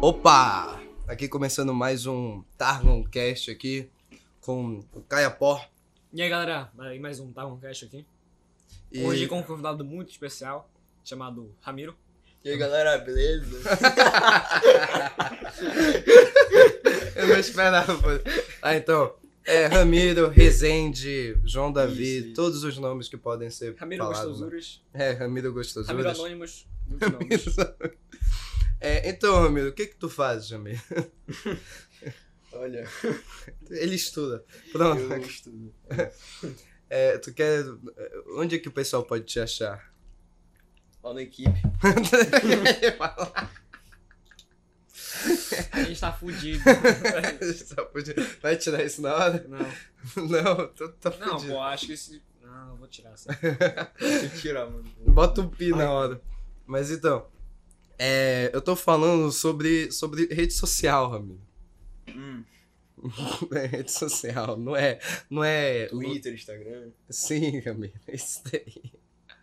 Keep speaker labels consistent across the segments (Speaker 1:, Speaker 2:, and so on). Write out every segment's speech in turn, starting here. Speaker 1: Opa! Aqui começando mais um Targoncast aqui com o Caiapó.
Speaker 2: E aí galera, aí mais um Targoncast aqui.
Speaker 1: E...
Speaker 2: Hoje com um convidado muito especial, chamado Ramiro.
Speaker 3: E aí galera, beleza?
Speaker 1: Eu não esperava. pô. Ah, então. É, Ramiro, Rezende, João Davi,
Speaker 3: Isso, isso.
Speaker 1: todos os nomes que podem ser
Speaker 2: Ramiro
Speaker 1: falados, né?
Speaker 2: Gostosuras,
Speaker 1: É, Ramiro
Speaker 2: Ramiro
Speaker 1: Gostosuras.
Speaker 2: Anônimos, muitos nomes.
Speaker 1: É, então, Ramiro, o que que tu fazes, Ramiro?
Speaker 3: Olha,
Speaker 1: Ele estuda. Pronto.
Speaker 3: eu estudo.
Speaker 1: É, tu quer... Onde é que o pessoal pode te achar?
Speaker 3: Lá na equipe.
Speaker 2: A gente tá fudido.
Speaker 1: Só podia- Vai tirar isso na hora?
Speaker 2: não,
Speaker 1: Não, tu tá
Speaker 2: não,
Speaker 1: fudido.
Speaker 2: pô, acho que esse... Não, eu vou tirar essa.
Speaker 3: Deixa eu tirar, mano.
Speaker 1: Bota um pi na hora. Mas então, é, eu tô falando sobre, sobre rede social, Ramiro.
Speaker 3: Hum,
Speaker 1: É rede social, não é. Não é.
Speaker 3: Twitter, Instagram.
Speaker 1: Sim, Ramiro, é isso daí.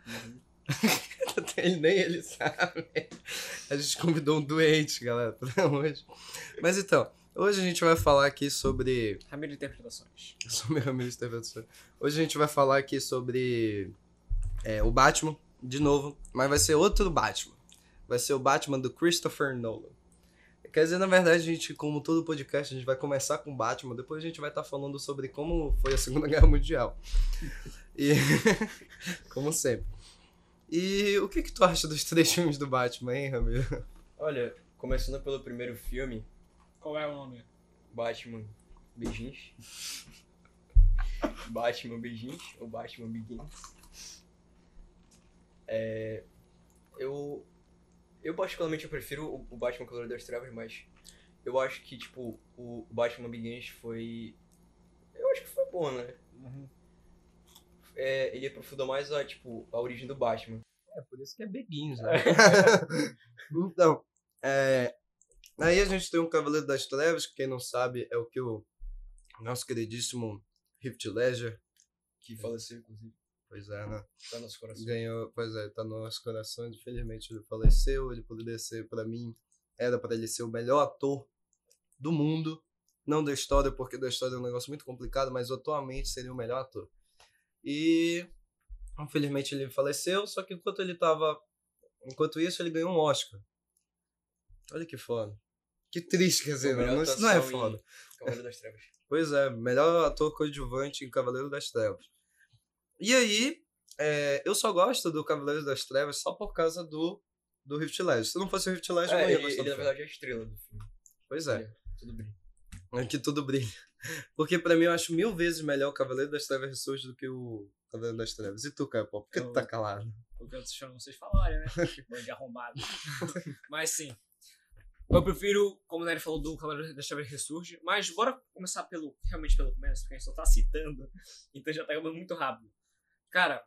Speaker 3: Uhum.
Speaker 1: Ele nem ele sabe. A gente convidou um doente, galera, pra hoje. Mas então, hoje a gente vai falar aqui sobre.
Speaker 2: Ramiro Interpretações.
Speaker 1: Eu sou meu amigo Stevenson. Hoje a gente vai falar aqui sobre é, o Batman, de novo, mas vai ser outro Batman. Vai ser o Batman do Christopher Nolan. Quer dizer, na verdade, a gente, como todo podcast, a gente vai começar com Batman, depois a gente vai estar falando sobre como foi a Segunda Guerra Mundial. E. como sempre. E o que, que tu acha dos três filmes do Batman, hein, Ramiro?
Speaker 3: Olha, começando pelo primeiro filme,
Speaker 2: Qual é o nome?
Speaker 3: Batman Begins. Batman Begins, ou Batman Begins. É, eu, eu particularmente eu prefiro o, o Batman Cavaleiro das Trevas, mas eu acho que, tipo, o Batman Begins foi... Eu acho que foi bom, né? É, ele aprofundou mais a, tipo, a origem do Batman.
Speaker 1: É, por isso que é Beguins, né? então, é, aí a gente tem um Cavaleiro das Trevas, que quem não sabe é o que o nosso queridíssimo Heath Ledger,
Speaker 3: Que faleceu, inclusive,
Speaker 1: pois é, né?
Speaker 3: tá no nosso coração.
Speaker 1: Ganhou, pois é, tá nos nossos corações, infelizmente ele faleceu, ele poderia ser, pra mim, era pra ele ser o melhor ator do mundo, não da história, porque da história é um negócio muito complicado, mas atualmente seria o melhor ator. E infelizmente ele faleceu, só que enquanto ele tava. Enquanto isso, ele ganhou um Oscar. Olha que foda. Que triste, quer dizer,
Speaker 3: Foi a
Speaker 1: né?
Speaker 3: melhor
Speaker 1: Isso não é
Speaker 3: atuação em
Speaker 1: foda.
Speaker 3: Cavaleiro das Trevas.
Speaker 1: Pois é, melhor ator coadjuvante em Cavaleiro das Trevas. E aí, é, eu só gosto do Cavaleiro das Trevas só por causa do, do Rift Ledger. Se não fosse o Rift Ledger, eu
Speaker 3: É,
Speaker 1: não ia
Speaker 3: ele,
Speaker 1: gostar
Speaker 3: ele,
Speaker 1: do
Speaker 3: na
Speaker 1: filme.
Speaker 3: verdade, é a estrela do filme.
Speaker 1: Pois é,
Speaker 3: Tudo bem.
Speaker 1: aqui tudo brilha. Porque pra mim eu acho mil vezes melhor o Cavaleiro das Trevas Ressurge do que o Cavaleiro das Trevas. E tu, Caio, Pó, por que tu
Speaker 2: Eu-
Speaker 1: tá calado?
Speaker 2: Porque eu tô deixando vocês falarem, né? Bando de arrombado. mas sim. Eu prefiro, como o Nery falou, do Cavaleiro das Trevas Ressurge. Mas bora começar pelo, realmente pelo começo, porque a gente só tá citando. Então já tá acabando muito rápido. Cara,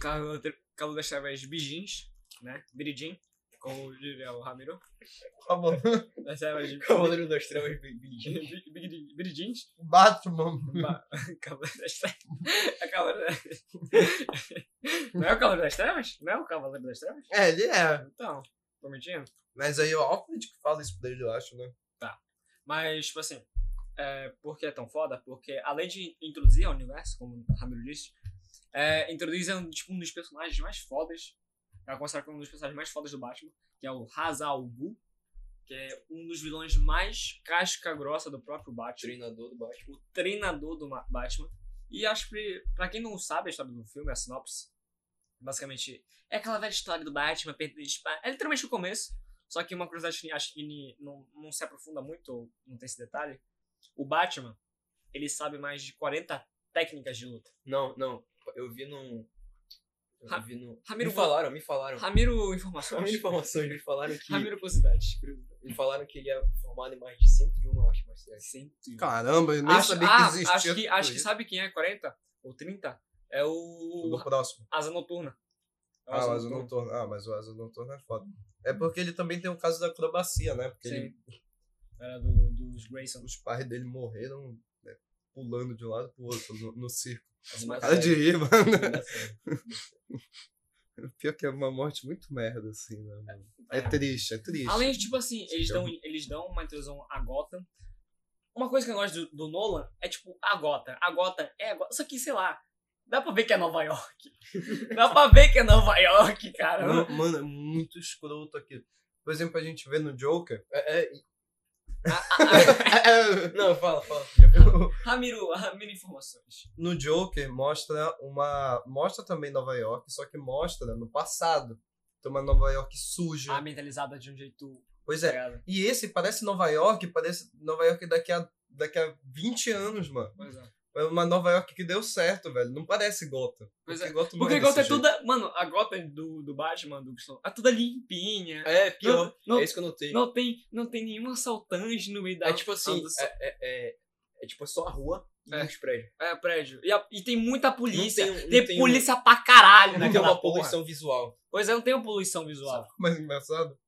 Speaker 2: Cavaleiro Cavaleiro das Trevas Bijins, né? Biridin, como diria o Ramiro. Das Trevas
Speaker 3: Cavaleiro das Trevas Billy
Speaker 2: Biridins.
Speaker 1: Batman.
Speaker 2: Ba- Cavaleiro das Trevas. É Cavaleiro das- Não é o Cavaleiro das Trevas? Não é o Cavaleiro das Trevas?
Speaker 1: É, ele é.
Speaker 2: Então, tô mentindo.
Speaker 1: Mas aí o Alfred que fala isso pra ele, eu acho, né?
Speaker 2: Mas, tipo assim, é, por que é tão foda? Porque além de introduzir ao universo, como o Ramiro disse, é, introduz um, tipo, um dos personagens mais fodas. Ela considera como um dos personagens mais fodas do Batman, que é o Hazal Gu, que é um dos vilões mais casca grossa do próprio Batman.
Speaker 3: Treinador do Batman.
Speaker 2: o treinador do Ma- Batman. E acho que, pra quem não sabe a história do filme, a sinopse, basicamente, é aquela velha história do Batman perdendo espaço. É literalmente o começo, só que uma curiosidade que acho que ni- não, não se aprofunda muito, ou não tem esse detalhe. O Batman, ele sabe mais de 40 técnicas de luta.
Speaker 3: Não, não. Eu vi num.
Speaker 2: Ra-
Speaker 3: Eu vi num.
Speaker 2: Ramiro
Speaker 3: me falaram, me falaram.
Speaker 2: Ramiro
Speaker 3: Ramiro
Speaker 2: Informações.
Speaker 3: Informações me falaram que.
Speaker 2: Ramiro Curiosidades. curiosidades.
Speaker 3: Me falaram que ele é formado em mais de 101 artes marciais.
Speaker 2: Sim.
Speaker 1: Caramba, eu nem
Speaker 2: Acho,
Speaker 1: sabia
Speaker 2: ah,
Speaker 1: que existia.
Speaker 2: acho que,
Speaker 1: tudo
Speaker 2: acho que
Speaker 1: isso.
Speaker 2: sabe quem é 40 ou 30? É o
Speaker 1: Do próximo.
Speaker 2: Asa Noturna. É o
Speaker 1: Ah, o Asa Noturno. Ah, mas o Asa Noturno é foda. É porque ele também tem o caso da acrobacia, né? Porque ele-
Speaker 2: Sim. Era do, dos Grayson.
Speaker 1: os pais dele morreram né, pulando
Speaker 3: é.
Speaker 1: de um lado pro outro no, no circo.
Speaker 3: As
Speaker 2: Mas-
Speaker 1: Cara de rir, mano. Pior que é uma morte muito merda, assim, né? mano? É triste, é triste.
Speaker 2: Além de, tipo assim, eles dão, eles dão uma introdução a Gotham. Uma coisa que eu gosto do, do Nolan é, tipo, a Gotham. A Gotham é a Gotham. Só que, sei lá, dá pra ver que é Nova York. dá pra ver que é Nova York, cara.
Speaker 1: Mano, mano, é muito escroto aquilo. Por exemplo, a gente vê no Joker. É, é-
Speaker 3: Não, fala, fala.
Speaker 2: Ramiro, Ramiro Informações.
Speaker 1: no Joker mostra uma. Mostra também Nova York, só que mostra no passado. Então, uma Nova York suja.
Speaker 2: A mentalizada de um jeito.
Speaker 1: pois é.
Speaker 2: Obrigado.
Speaker 1: E esse parece Nova York, parece Nova York daqui a, daqui a 20 anos, mano.
Speaker 2: Pois é.
Speaker 1: É uma Nova York que deu certo, velho. Não parece Gotham.
Speaker 2: Pois é.
Speaker 1: Gotham não
Speaker 2: Porque
Speaker 1: é
Speaker 2: a Gotham é
Speaker 1: desse jeito.
Speaker 2: toda. Mano, a Gotham do, do Batman, do Gustavo, é toda limpinha.
Speaker 3: É, pior.
Speaker 2: Não, não,
Speaker 3: É isso que eu notei.
Speaker 2: não tem, não tem nenhum assaltante no meio da.
Speaker 3: É tipo assim,
Speaker 2: do-
Speaker 3: é, é, é, é tipo só a rua e
Speaker 2: É.
Speaker 3: os prédios.
Speaker 2: É, prédio. E, a- e tem muita polícia.
Speaker 3: Não tem um-
Speaker 2: tem
Speaker 3: não tem um-
Speaker 2: polícia pra caralho
Speaker 3: Não tem
Speaker 2: naquela
Speaker 3: uma
Speaker 2: porra.
Speaker 3: poluição visual.
Speaker 2: Pois é, não tem uma poluição visual.
Speaker 1: Sabe o mais é engraçado?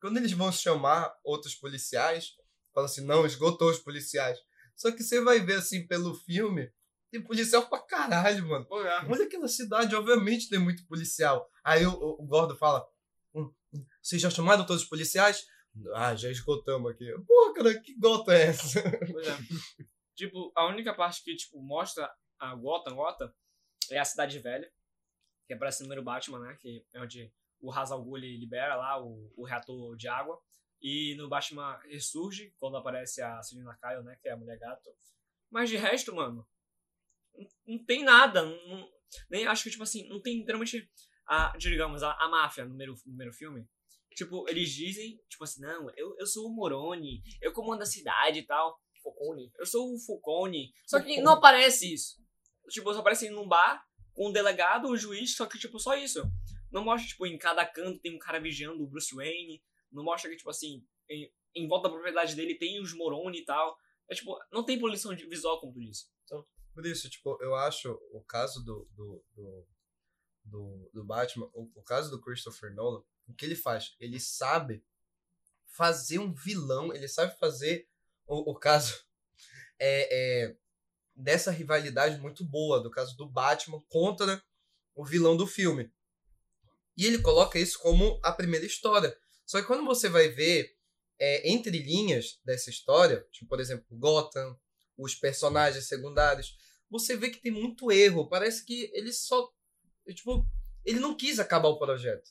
Speaker 1: Quando eles vão chamar outros policiais, falam assim, não, esgotou os policiais. Só que você vai ver, assim, pelo filme, tem policial pra caralho, mano.
Speaker 2: é,
Speaker 1: Olha aquela cidade, obviamente tem muito policial. Aí o, o- o Gordo fala, "Hum, hum, vocês já chamaram todos os policiais? Ah, já esgotamos aqui. Pô, cara, que gota é essa?
Speaker 2: Pois é. tipo, a única parte que tipo, mostra a Gotham, Gotham é a Cidade Velha, que é pra cima do Batman, né? Que é onde o Hazal Ghul ele libera lá o, o reator de água. E no Batman ressurge, quando aparece a Selina Kyle, né? Que é a Mulher Gato. Mas de resto, mano, não, não tem nada. não- não- nem acho que, tipo assim, não tem literalmente a, digamos, a, a máfia no primeiro, no primeiro filme. Tipo, eles dizem, tipo assim, não, eu, eu sou o Moroni, eu comando a cidade e tal. Focone. Eu sou o Focone. Só que não aparece isso. Tipo, só aparece num bar com um delegado, o juiz, só que, tipo, só isso. Não mostra, tipo, em cada canto tem um cara vigiando o Bruce Wayne. Não mostra que, tipo assim, em, em volta da propriedade dele tem os Moroni e tal. É tipo, não tem poluição de- visual como tu disse.
Speaker 1: Por isso, tipo, eu acho o caso do, do, do, do, do Batman, o, o caso do Christopher Nolan, o que ele faz? Ele sabe fazer um vilão, ele sabe fazer o, o caso é, é, dessa rivalidade muito boa, do caso do Batman contra o vilão do filme. E ele coloca isso como a primeira história. Só que quando você vai ver é, entre linhas dessa história, tipo, por exemplo, Gotham, os personagens secundários, você vê que tem muito erro. Parece que ele só. Tipo, ele não quis acabar o projeto.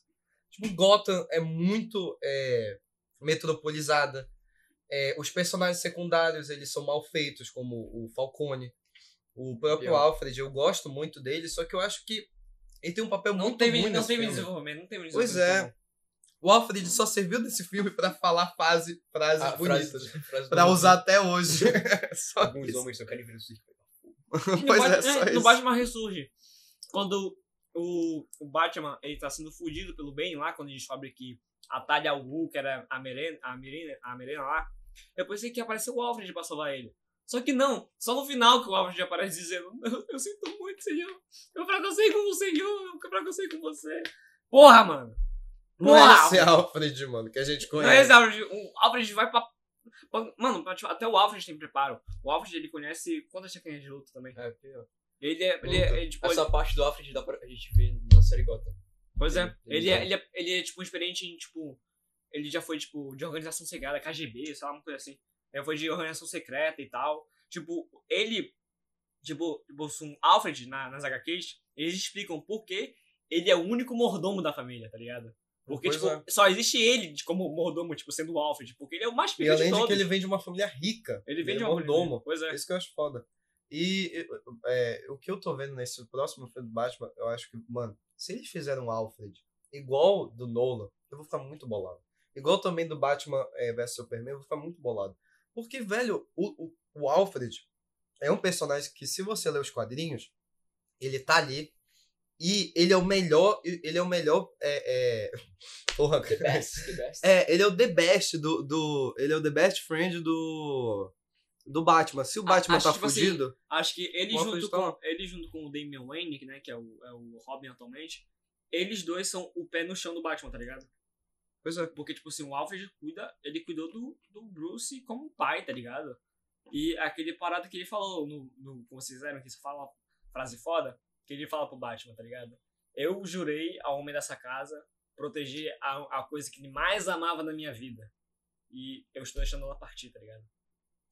Speaker 1: Tipo, Gotham é muito é, metropolizada. É, os personagens secundários, eles são mal feitos, como o Falcone, o próprio
Speaker 3: Eu-
Speaker 1: Alfred. Eu gosto muito dele, só que eu acho que ele tem um papel
Speaker 2: Não
Speaker 1: muito
Speaker 2: teve,
Speaker 1: ruim
Speaker 2: não
Speaker 1: nesse
Speaker 2: teve
Speaker 1: filme.
Speaker 2: desenvolvimento, não teve
Speaker 1: Pois
Speaker 2: desenvolvimento.
Speaker 1: é. O Alfred só serviu desse filme pra falar frase, frases
Speaker 2: Ah,
Speaker 3: A Ah, frase,
Speaker 1: bonitas.
Speaker 3: frase
Speaker 1: é Pra
Speaker 3: do-
Speaker 1: usar até hoje. É só
Speaker 3: Alguns
Speaker 1: isso.
Speaker 3: homens só querem ver o circo.
Speaker 2: E no
Speaker 1: Pois
Speaker 2: Bat-
Speaker 1: é, só
Speaker 2: é,
Speaker 1: isso.
Speaker 2: No Batman Ressurge. Quando o, o Batman ele tá sendo fudido pelo bem lá, quando a gente descobre que a Talia al Ghul, que era a Merena, a Merena, a Merena lá, eu pensei que ia aparecer o Alfred pra salvar ele. Só que não, só no final que o Alfred aparece dizendo eu, eu sinto muito, senhor. Eu fracassei com o senhor, eu fracassei com você. Porra, mano.
Speaker 1: Não é
Speaker 2: Uau!
Speaker 1: esse Alfred, mano, que a gente
Speaker 2: Não é
Speaker 1: conhece.
Speaker 2: esse Alfred. O Alfred vai pra... pra- Mano, pra- tipo, até o Alfred tem preparo. O Alfred, ele conhece quantas técnicas de luta também.
Speaker 3: É, pior.
Speaker 2: Ele é, ele é, ele, tipo, ele-
Speaker 3: Essa parte do Alfred dá pra a gente ver na série Gotham.
Speaker 2: Pois é.
Speaker 3: Ele-
Speaker 2: Ele,
Speaker 3: ele
Speaker 2: é,
Speaker 3: tá-
Speaker 2: ele, é, ele é, tipo, experiente em, tipo... Ele já foi, tipo, de organização secreta, KGB, sei lá, uma coisa assim. Ele foi de organização secreta e tal. Tipo, ele... Tipo, tipo um Alfred, na, nas HQs, eles explicam por que ele é o único mordomo da família, tá ligado? Porque,
Speaker 1: Pois é.
Speaker 2: tipo, só existe ele de- como mordomo, tipo, sendo o Alfred. Porque ele é o mais
Speaker 1: E
Speaker 2: pica de
Speaker 1: além de
Speaker 2: todos.
Speaker 1: que ele vem de uma família rica.
Speaker 2: Ele vende
Speaker 1: é
Speaker 2: uma
Speaker 1: mordomo.
Speaker 2: Pois é.
Speaker 1: Isso que eu acho foda. E é, o que eu tô vendo nesse próximo filme do Batman, eu acho que, mano, se eles fizeram um Alfred igual do Nolan, eu vou ficar muito bolado. Igual também do Batman é, vs Superman, eu vou ficar muito bolado. Porque, velho, o, o, o Alfred é um personagem que, se você ler os quadrinhos, ele tá ali. E ele é o melhor. Ele é o melhor. É, é... Porra,
Speaker 3: The best, the best.
Speaker 1: É, ele é o the best do, do. Ele é o the best friend do. Do Batman. Se o
Speaker 2: A-
Speaker 1: Batman
Speaker 2: acho,
Speaker 1: tá
Speaker 2: tipo assim,
Speaker 1: fudido.
Speaker 2: Acho que ele
Speaker 1: O Alfred
Speaker 2: junto,
Speaker 1: tá
Speaker 2: com,
Speaker 1: lá.
Speaker 2: ele junto com o Damian Wayne, né, que é o, é o Robin atualmente, eles dois são o pé no chão do Batman, tá ligado?
Speaker 1: Pois é.
Speaker 2: Porque, tipo assim, o Alfred cuida, ele cuidou do, do Bruce como pai, tá ligado? E aquele parado que ele falou, no, no, como vocês fizeram, que você fala uma frase foda, que ele fala pro Batman, tá ligado? Eu jurei ao homem dessa casa proteger a, a coisa que ele mais amava na minha vida. E eu estou deixando ela partir, tá ligado?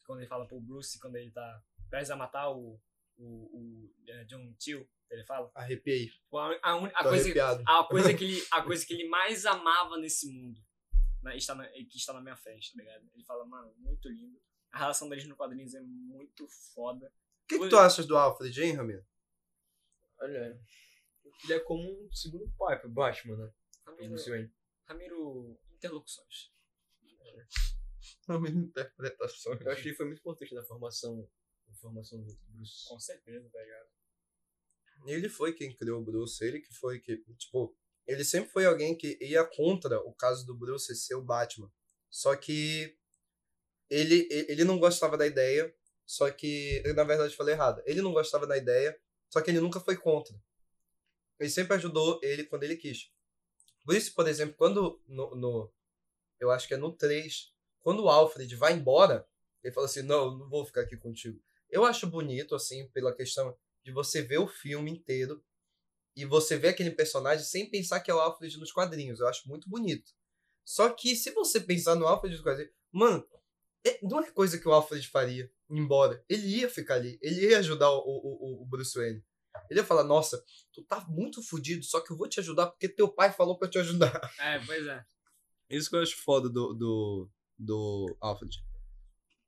Speaker 2: Quando ele fala pro Bruce, quando ele tá prestes a matar o, o, o eh, John Till, ele fala.
Speaker 1: Arrepiei.
Speaker 2: tipo, A, a, un- a
Speaker 1: Tô
Speaker 2: coisa,
Speaker 1: arrepiado.
Speaker 2: a coisa que ele a coisa que ele mais amava nesse mundo né, está na- que está na minha frente tá ligado ele fala mano muito lindo a relação deles no quadrinhos é muito foda
Speaker 1: O que, que tu achas do Alfred, hein, Ramiro?
Speaker 3: Olha, ele é como um segundo pai pro Batman, né? Pro
Speaker 2: Ramiro,
Speaker 3: Bruce Wayne.
Speaker 2: Ramiro interlocuções
Speaker 1: A minha interpretação.
Speaker 3: Eu acho que ele foi muito importante na formação, na formação do Bruce.
Speaker 2: com certeza tá ligado
Speaker 1: Ele foi quem criou o Bruce, ele que foi que, tipo, ele sempre foi alguém que ia contra o caso do Bruce ser o Batman. Só que ele, e- ele não gostava da ideia, só que, eu, na verdade, falei errado. Ele não gostava da ideia, só que ele nunca foi contra. Ele sempre ajudou ele quando ele quis. Por isso, por exemplo, quando no, no eu acho que é no 3, quando o Alfred vai embora, ele fala assim, não, eu não vou ficar aqui contigo. Eu acho bonito, assim, pela questão de você ver o filme inteiro e você ver aquele personagem sem pensar que é o Alfred nos quadrinhos. Eu acho muito bonito. Só que se você pensar no Alfred nos quadrinhos, mano, é- não é coisa que o Alfred faria ir embora. Ele ia ficar ali, ele ia ajudar o, o, o- o Bruce Wayne. Ele ia falar, nossa, tu tá muito fudido, só que eu vou te ajudar porque teu pai falou pra eu te ajudar.
Speaker 2: é pois é
Speaker 1: Isso que eu acho foda do, do, do Alfred.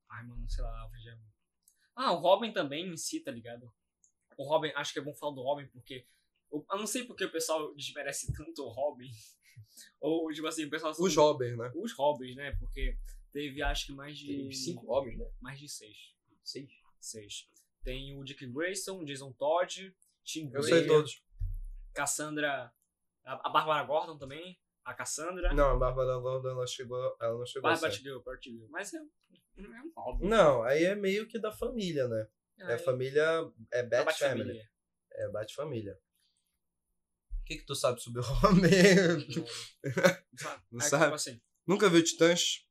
Speaker 2: ai mano sei lá Alfred é... ah o Robin também em si tá ligado o Robin acho que é bom falar do Robin porque eu, eu não sei porque o pessoal desmerece tanto o Robin ou tipo assim o pessoal
Speaker 1: O Jobber, né?
Speaker 2: os Robins, né? Porque teve, acho que mais de.
Speaker 3: Teve cinco homens, né?
Speaker 2: Mais de seis.
Speaker 3: Seis.
Speaker 2: Seis. Tem o Dick Grayson, o Jason Todd, Tim
Speaker 1: Eu
Speaker 2: Gray,
Speaker 1: sei todos.
Speaker 2: Cassandra. A, a Bárbara Gordon também. A Cassandra.
Speaker 1: Não, a Bárbara Gordon, ela chegou, ela não chegou a
Speaker 2: Bárbara
Speaker 1: ser.
Speaker 2: Batgirl, Batgirl. Mas é, é um Robin.
Speaker 1: Não, aí é meio que da família, né? É,
Speaker 2: Aí,
Speaker 1: família. É
Speaker 2: da
Speaker 1: Bat, family.
Speaker 2: Batfamília.
Speaker 1: É Bat Família. O que, que tu sabe sobre o Homem? Não
Speaker 2: Não sabe?
Speaker 1: sabe?
Speaker 2: É, tipo assim,
Speaker 1: Nunca viu Titãs?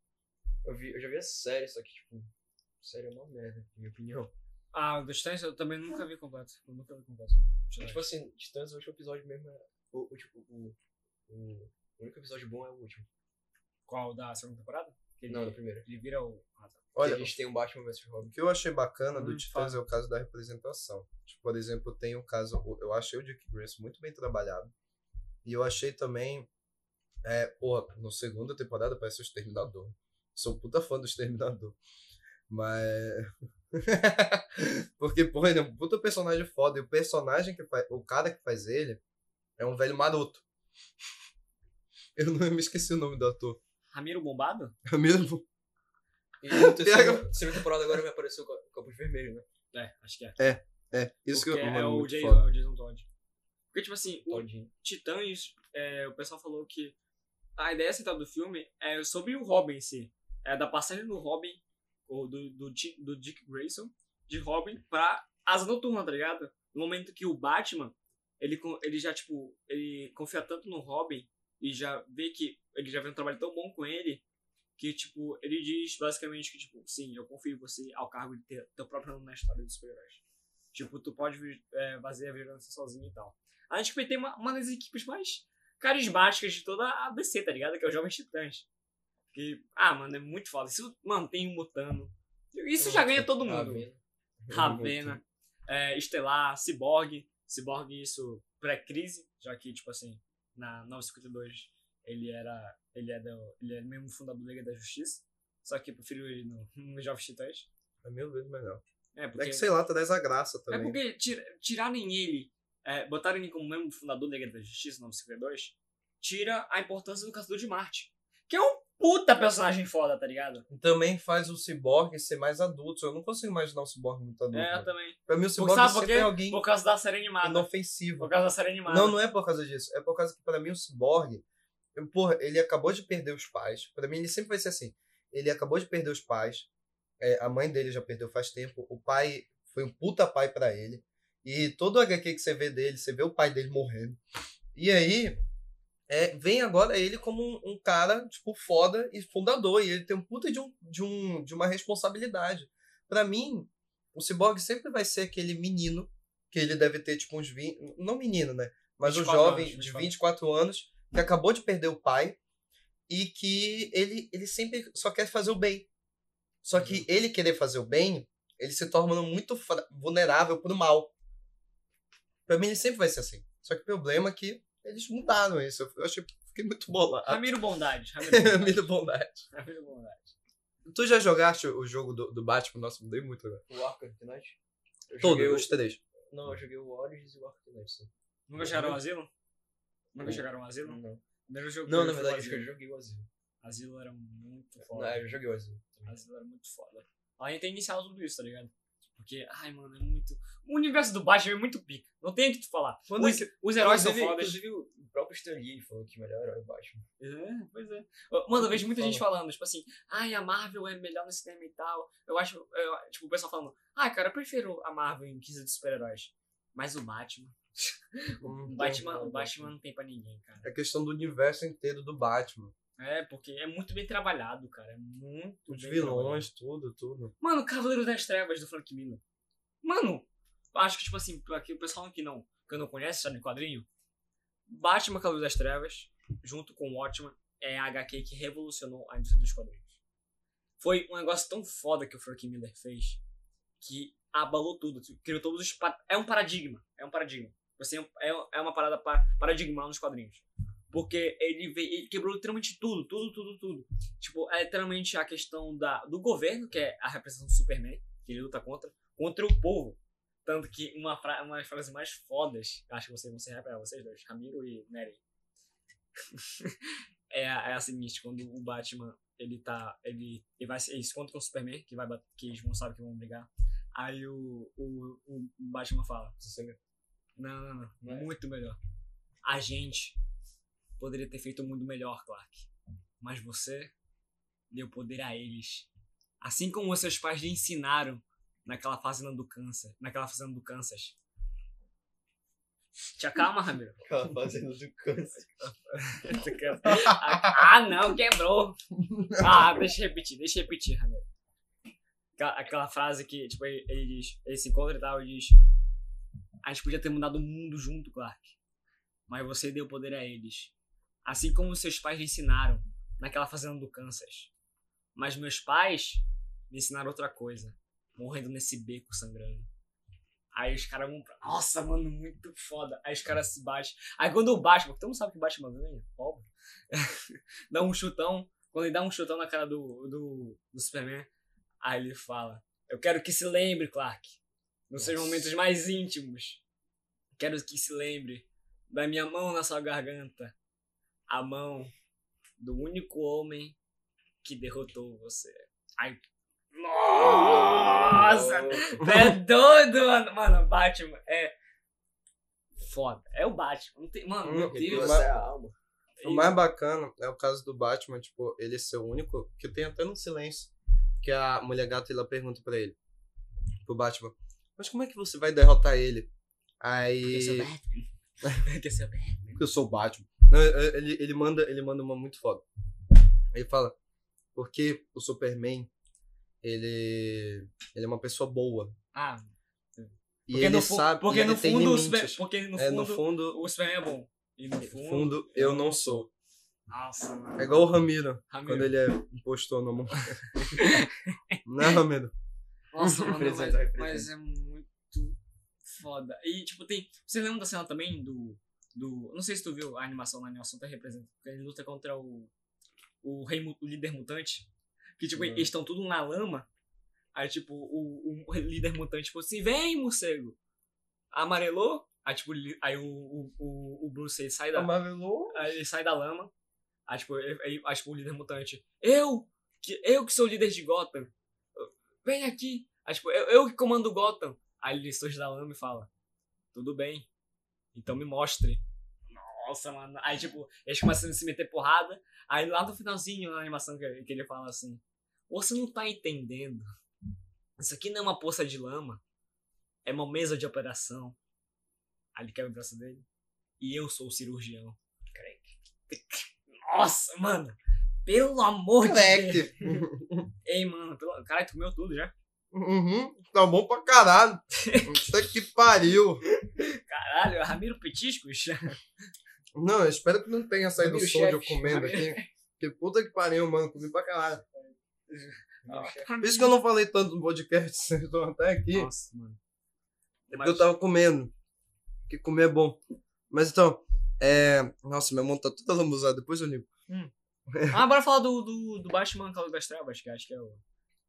Speaker 3: Eu, vi, eu já vi a série, só que, tipo, a série é uma merda, na minha opinião.
Speaker 2: ah, o Distância eu também nunca vi completo. Eu nunca vi completo. Deixa eu ver.
Speaker 3: Tipo assim, Titãs, o último episódio mesmo é. O, o, tipo, o, o, o único episódio bom é o último.
Speaker 2: Qual da segunda temporada? Que ele,
Speaker 3: Não, é da primeira.
Speaker 2: ele vira o. Ah, tá.
Speaker 1: Olha,
Speaker 3: a gente tem um Batman vs
Speaker 1: o
Speaker 3: Robin.
Speaker 1: que eu achei bacana do
Speaker 2: Hum,
Speaker 1: Titãs
Speaker 2: fala.
Speaker 1: é o caso da representação. Tipo, por exemplo, tem o caso. o- Eu achei o Dick Grayson muito bem trabalhado. E eu achei também. É, porra, no segunda temporada parece o Exterminador. Sou um puta fã do Exterminador. Mas. Porque, porra, ele é um puta personagem foda. E o personagem que faz. O cara que faz ele é um velho maroto. Eu não eu me esqueci o nome do ator.
Speaker 2: Ramiro Bombado?
Speaker 1: É mesmo?
Speaker 3: E na terceira, terceira temporada agora vai aparecer o Ca- o Capuz Vermelho, né?
Speaker 2: É, acho que é.
Speaker 1: É, isso
Speaker 2: Porque
Speaker 1: que eu
Speaker 2: é
Speaker 1: mano,
Speaker 2: o
Speaker 1: muito
Speaker 2: Jason,
Speaker 1: foda.
Speaker 2: é o Jason Todd. Porque, tipo assim, o
Speaker 3: Todinho.
Speaker 2: Titãs, é, o pessoal falou que a ideia central do filme é sobre o Robin em si. É da passagem do Robin, ou do, do, Ti- do Dick Grayson, de Robin pra Asa Noturna, tá ligado? No momento que o Batman, ele, con- ele já, tipo, ele confia tanto no Robin e já vê que ele já vê um trabalho tão bom com ele que, tipo, ele diz basicamente que, tipo, sim, eu confio em você ao cargo de ter teu próprio nome na história dos super-heróis. Tipo, tu pode vi- é, fazer a vigilância sozinho e tal. A gente tem uma, uma das equipes mais carismáticas de toda a DC, tá ligado? Que é o Jovens Titãs. Que, ah, mano, é muito foda. Isso mantém o Mutano. Isso já ganha
Speaker 3: é
Speaker 2: todo mundo.
Speaker 3: Ravena.
Speaker 2: Ravena, é, Estelar, Cyborg. Cyborg, isso pré-crise, já que, tipo assim, na 952 ele era. Ele é, do, ele é mesmo fundador da Liga da Justiça. Só que eu prefiro ele no, no Jovens Titãs.
Speaker 1: É mil vezes melhor.
Speaker 2: É,
Speaker 1: É
Speaker 2: porque,
Speaker 1: que, sei lá, traz a graça
Speaker 2: é
Speaker 1: também.
Speaker 2: porque tira- tirarem ele, é, botarem ele como membro fundador da Liga da Justiça, 952, tira a importância do Caçador de Marte. Que é um puta personagem foda, tá ligado?
Speaker 1: Também faz o Cyborg ser mais adulto. Eu não consigo imaginar o Cyborg muito adulto.
Speaker 2: É, eu
Speaker 1: né?
Speaker 2: também.
Speaker 1: Pra mim, o
Speaker 2: Por,
Speaker 1: Cyborg
Speaker 2: sabe por
Speaker 1: sempre
Speaker 2: quê?
Speaker 1: é alguém
Speaker 2: Por causa da série animada.
Speaker 1: inofensivo.
Speaker 2: Por causa da série animada.
Speaker 1: Não, não é por causa disso. É por causa que, pra mim, o Cyborg... eu- Porra, ele acabou de perder os pais. Pra mim, ele sempre vai ser assim. Ele acabou de perder os pais. É, a mãe dele já perdeu faz tempo. O pai foi um puta pai pra ele. E todo o HQ que você vê dele, você vê o pai dele morrendo. E aí, é, vem agora ele como um, um cara, tipo, foda e fundador. E ele tem um puta de, um, de, um, de uma responsabilidade. Pra mim, o Cyborg sempre vai ser aquele menino que ele deve ter, tipo, uns 20... Não menino, né? mas um
Speaker 2: 24
Speaker 1: jovem
Speaker 2: anos,
Speaker 1: de
Speaker 2: 24.
Speaker 1: 24 anos que acabou de perder o pai e que ele, ele sempre só quer fazer o bem. Só que ele querer fazer o bem, ele se torna muito fra- vulnerável pro mal. Pra mim, ele sempre vai ser assim. Só que o problema é que eles mudaram isso. Eu achei, fiquei muito bolado.
Speaker 2: Ramiro Bondade.
Speaker 1: Muito bondade.
Speaker 2: Ramiro Bondade.
Speaker 1: Tu já jogaste o o jogo do, do Batman? Nossa, mudei muito agora.
Speaker 3: O Arkham Knight. Eu
Speaker 1: Todos,
Speaker 3: joguei o-
Speaker 1: os três.
Speaker 3: Não, eu joguei o Origins e o Arkham Knight, sim.
Speaker 2: Nunca chegaram ao asilo? Nunca
Speaker 3: Não.
Speaker 2: chegaram ao asilo?
Speaker 3: Não,
Speaker 2: Primeiro jogo
Speaker 3: não
Speaker 2: que
Speaker 3: na
Speaker 2: eu joguei
Speaker 3: verdade, acho que
Speaker 2: asilo.
Speaker 3: eu joguei o Asilo.
Speaker 2: Asilo era muito
Speaker 3: Não, é.
Speaker 2: foda.
Speaker 3: eu joguei o Asilo.
Speaker 2: Asilo era muito foda. A gente tem iniciado tudo isso, tá ligado? Porque, ai, mano, é muito. O universo do Batman é muito pica. Não tem o que tu falar.
Speaker 3: Mano,
Speaker 1: é
Speaker 2: os, os heróis são
Speaker 3: é Inclusive-
Speaker 2: fodas.
Speaker 3: Inclusive, o próprio Stan Lee falou que o melhor herói é o Batman.
Speaker 2: É, pois é. Mano, eu vejo muita gente falando, tipo assim, ai, a Marvel é melhor no cinema e tal. Eu acho, eu- tipo, o pessoal falando, ai, cara, eu prefiro a Marvel em quesito de super-heróis. Mas o Batman. O Batman, o Batman não tem pra ninguém, cara.
Speaker 1: Hum, É questão do universo inteiro do Batman.
Speaker 2: É, porque é muito bem trabalhado, cara. É muito
Speaker 1: Os
Speaker 2: bem
Speaker 1: vilões, tudo, tudo.
Speaker 2: trabalhado. Mano, Cavaleiro das Trevas do Frank Miller. Mano, acho que, tipo assim, pra que o pessoal que não, que não conhece, sabe, quadrinho, Batman Cavaleiro das Trevas, junto com Watchman, é a HQ que revolucionou a indústria dos quadrinhos. Foi um negócio tão foda que o Frank Miller fez, que abalou tudo, tipo, criou todos os... pa- É um paradigma, é um paradigma. Você é um- é um- é uma parada pa- paradigmal nos quadrinhos. Porque ele, veio, ele quebrou literalmente tudo, tudo, tudo, tudo. Tipo, é literalmente a questão da, do governo, que é a repressão do Superman, que ele luta contra, contra o povo. Tanto que uma, fra uma das frases mais fodas, acho que vocês vão se reparar, vocês dois, Ramiro e Nery, é, a- é a seguinte, quando o Batman, ele tá, ele, ele vai, se- ele se encontra com o Superman, que, vai, bat- que eles vão saber que vão brigar, aí o, o, o Batman fala, não, não, não.
Speaker 3: Não é?
Speaker 2: Muito melhor. A gente poderia ter feito um mundo melhor, Clark. Mas você deu poder a eles. Assim como os seus pais lhe ensinaram naquela fazenda do Kansas. Naquela fazenda do Kansas. Te acalma, Ramiro.
Speaker 3: Aquela fazenda do câncer.
Speaker 2: ah, não, quebrou. Ah, deixa eu repetir, deixa eu repetir, Ramiro. Aquela, aquela frase que, tipo, ele, ele diz, ele se encontra e tal, ele diz, a gente podia ter mudado o mundo junto, Clark. Mas você deu poder a eles. Assim como seus pais lhe ensinaram naquela fazenda do Kansas. Mas meus pais me ensinaram outra coisa. Morrendo nesse beco sangrando. Aí os caras vão pra... Nossa, mano, muito foda. Aí os caras se batem. Aí quando o Batman, porque todo mundo sabe que o Batman ganha, pobre. dá um chutão. Quando ele dá um chutão na cara do, do, do Superman, aí ele fala: Eu quero que se lembre, Clark, nos seus
Speaker 1: Nossa.
Speaker 2: momentos mais íntimos. Quero que se lembre da minha mão na sua garganta. A mão do único homem que derrotou você. Ai. Nossa! É doido, mano. Mano, Batman é. Foda. É o Batman. Não tem... Mano, meu
Speaker 1: Hum,
Speaker 2: Deus.
Speaker 1: mas-
Speaker 3: Você é a alma.
Speaker 1: O mais bacana é o caso do Batman, tipo, ele ser o único que tem até no silêncio que a mulher gata ela pergunta pra ele, pro Batman, mas como é que você vai derrotar ele?
Speaker 2: Porque seu
Speaker 1: Aí,
Speaker 2: Batman. Porque seu Batman.
Speaker 1: porque eu sou o Batman. Não, eh, ele, ele manda, ele manda uma muito foda. Ele fala, porque o Superman, ele, ele é uma pessoa boa
Speaker 2: Ah,
Speaker 1: e
Speaker 2: porque
Speaker 1: ele
Speaker 2: no, fu-
Speaker 1: sabe,
Speaker 2: porque
Speaker 1: e ele
Speaker 2: no
Speaker 1: tem
Speaker 2: fundo, o
Speaker 1: limites.
Speaker 2: Super- porque no
Speaker 1: é,
Speaker 2: fundo,
Speaker 1: no fundo,
Speaker 2: o Superman é bom. E no
Speaker 1: no
Speaker 2: fundo.
Speaker 1: fundo eu não sou.
Speaker 2: Nossa, mano.
Speaker 1: É igual o Ramiro.
Speaker 2: Ramiro.
Speaker 1: Quando ele é impostor no mundo. Não, Ramiro.
Speaker 2: Nossa, mano, mas,
Speaker 3: Representa, representa.
Speaker 2: mas é muito foda. E, tipo, tem. Você lembra da cena também do. do não sei se tu viu a animação na Nelson, até representa. porque Ele luta contra o. O, rei, mu- o líder mutante. Que, tipo,
Speaker 1: Não.
Speaker 3: Uhum.
Speaker 2: eles estão tudo na lama. Aí, tipo, o, o líder mutante, tipo assim, vem, morcego! Amarelou? Aí, tipo, ele- aí o, o, o, o Bruce ele sai da.
Speaker 1: Amarelou?
Speaker 2: Aí ele sai da lama. Aí, tipo, ele- aí, aí, tipo, o líder mutante. Eu! Que, eu que sou o líder de Gotham! Vem aqui! Aí, tipo, eu, eu que comando Gotham! Aí ele surge da lama e fala: Tudo bem, então me mostre. Nossa, mano. Aí, tipo, eles começam a se meter porrada. Aí lá no finalzinho, na animação, que, ele- que ele fala assim: Você não tá entendendo. Isso aqui não é uma poça de lama. É uma mesa de operação. Aí ele quebra o braço dele. E eu sou o cirurgião. Nossa, mano. Pelo amor de Deus.
Speaker 1: Moleque!
Speaker 2: Ei, mano. Pelo... Caralho, tu comeu tudo já?
Speaker 1: Uhum, tá bom pra caralho. Puta que pariu.
Speaker 2: Caralho, é Ramiro Petiscos?
Speaker 1: Não, eu espero que não tenha saído o
Speaker 3: Ramiro
Speaker 1: som de eu
Speaker 3: chefe.
Speaker 1: comendo aqui. Que puta que pariu, mano. Comi pra caralho.
Speaker 2: Ó,
Speaker 1: Por isso que eu não falei tanto no podcast, vocês estão até aqui.
Speaker 2: Nossa, mano.
Speaker 1: É
Speaker 2: Mas-
Speaker 1: porque eu tava comendo. Porque comer é bom. Mas então, é. Nossa, minha mão tá toda lambuzada, depois eu limpo.
Speaker 2: Ah, bora falar do, do, do Batman Calo das Trevas, que eu acho que é o,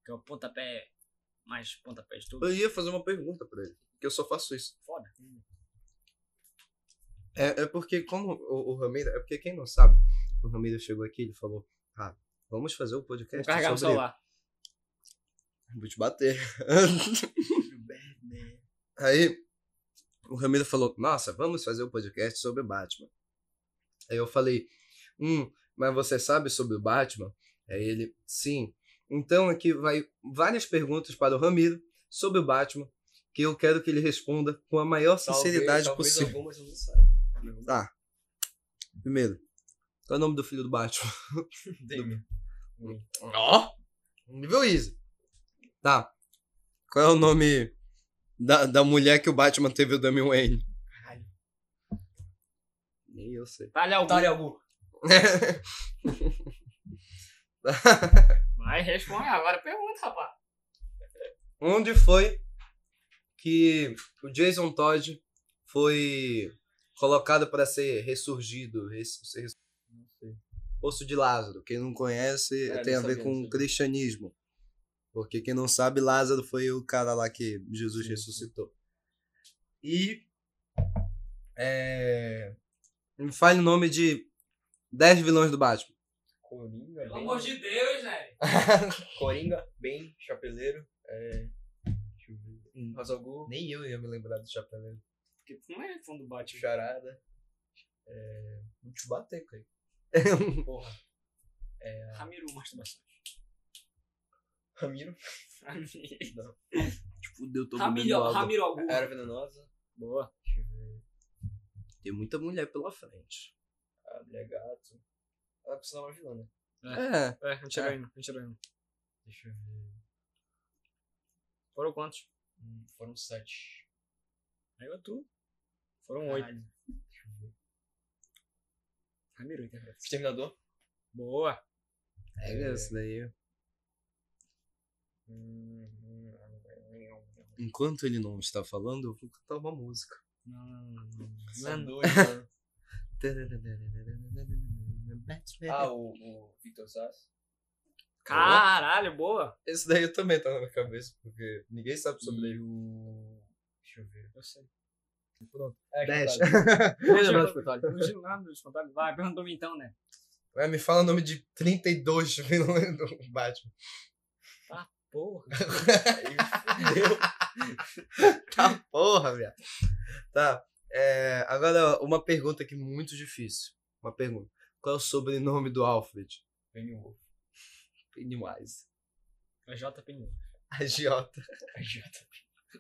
Speaker 2: que é o pontapé, mais pontapé de tudo.
Speaker 1: Eu ia fazer uma pergunta pra ele, que eu só faço isso.
Speaker 2: Foda.
Speaker 1: É, é porque, como o, o Ramiro. É porque quem não sabe, o Ramiro chegou aqui e falou: Ah, vamos fazer o
Speaker 2: Vou
Speaker 1: podcast.
Speaker 2: carregar o
Speaker 1: sobre...
Speaker 2: celular.
Speaker 1: Vou te bater. Aí o Ramiro falou: Nossa, vamos fazer um podcast sobre Batman. Aí eu falei: Hum, mas você sabe sobre o Batman? Aí ele: Sim. Então aqui vai várias perguntas para o Ramiro sobre o Batman que eu quero que ele responda com a maior sinceridade
Speaker 3: talvez
Speaker 1: possível.
Speaker 3: Algumas eu não saiba.
Speaker 1: Tá. Primeiro, qual é o nome do filho do Batman?
Speaker 3: Damien.
Speaker 1: Ó! Nível easy. Tá. Qual é o nome da, da mulher que o Batman teve o Damian Wayne?
Speaker 3: Caralho.
Speaker 1: Nem eu sei.
Speaker 2: Talha algum.
Speaker 3: Otário algum.
Speaker 2: Mas responde agora a pergunta, rapaz.
Speaker 1: Onde foi que o Jason Todd foi colocado para ser ressurgido? res- ser res- Poço de Lázaro. Quem não conhece
Speaker 3: É,
Speaker 1: tem a
Speaker 3: não
Speaker 1: ver
Speaker 3: sabia,
Speaker 1: com
Speaker 3: não
Speaker 1: o
Speaker 3: sabia.
Speaker 1: cristianismo. Porque quem não sabe, Lázaro foi o cara lá que Jesus ressuscitou. E. é, Me fale o nome de 10 vilões do Batman.
Speaker 3: Coringa.
Speaker 2: Pelo
Speaker 3: Bane.
Speaker 2: amor de Deus, velho.
Speaker 3: Coringa, bem, chapeleiro. É... Deixa eu ver.
Speaker 2: Hum.
Speaker 3: Razalgu.
Speaker 1: Nem eu ia me lembrar do Chapeleiro.
Speaker 2: Porque tu não é fã do Batman.
Speaker 3: Charada. É... Vou te bater, cara. Porra.
Speaker 2: Ramiro masturbação.
Speaker 3: Ramiro.
Speaker 1: Fudeu, tô bebendo
Speaker 2: Ramiro,
Speaker 1: água.
Speaker 2: Ramiro algum.
Speaker 3: Era venenosa.
Speaker 2: Boa.
Speaker 3: Deixa eu ver.
Speaker 1: Tem muita mulher pela frente.
Speaker 3: A mulher gato. Ela precisa de uma vilã, né?
Speaker 1: É.
Speaker 2: É, anti-heroína, anti-heroína.
Speaker 3: Deixa eu ver.
Speaker 2: Foram quantos?
Speaker 3: Hum, Foram sete.
Speaker 2: Aí eu tu. Foram oito.
Speaker 3: Caralho. Deixa eu ver.
Speaker 2: Ramiro, interpreta.
Speaker 3: Exterminador.
Speaker 2: Boa.
Speaker 1: É isso daí.
Speaker 3: Hum,
Speaker 1: Enquanto ele não está falando, eu vou cantar uma música.
Speaker 2: Não, não, não, não.
Speaker 3: São
Speaker 2: não.
Speaker 3: dois, mano.
Speaker 1: Ah,
Speaker 3: Ah, o, o Victor Sass.
Speaker 2: Caralho, boa.
Speaker 1: esse daí eu também tá na minha cabeça, porque ninguém sabe sobre ele.
Speaker 3: E o. Deixa eu ver.
Speaker 2: Eu sei.
Speaker 3: É,
Speaker 1: Dez.
Speaker 3: Espantalho.
Speaker 2: Vamos
Speaker 1: lembrar
Speaker 2: dos fantasmas. Não lembro nada dos fantasmas. Vai, perguntou me então, né?
Speaker 1: Vai, me fala o nome de 32 vilões do Batman.
Speaker 2: Porra.
Speaker 3: Aí, fudeu.
Speaker 1: Tá porra, velho. Tá. é, agora, uma pergunta aqui muito difícil. Uma pergunta. Qual é o sobrenome do Alfred?
Speaker 3: Vem o ovo.
Speaker 1: Pennywise.
Speaker 2: É JP.
Speaker 1: Agiota.
Speaker 3: Aí já tá.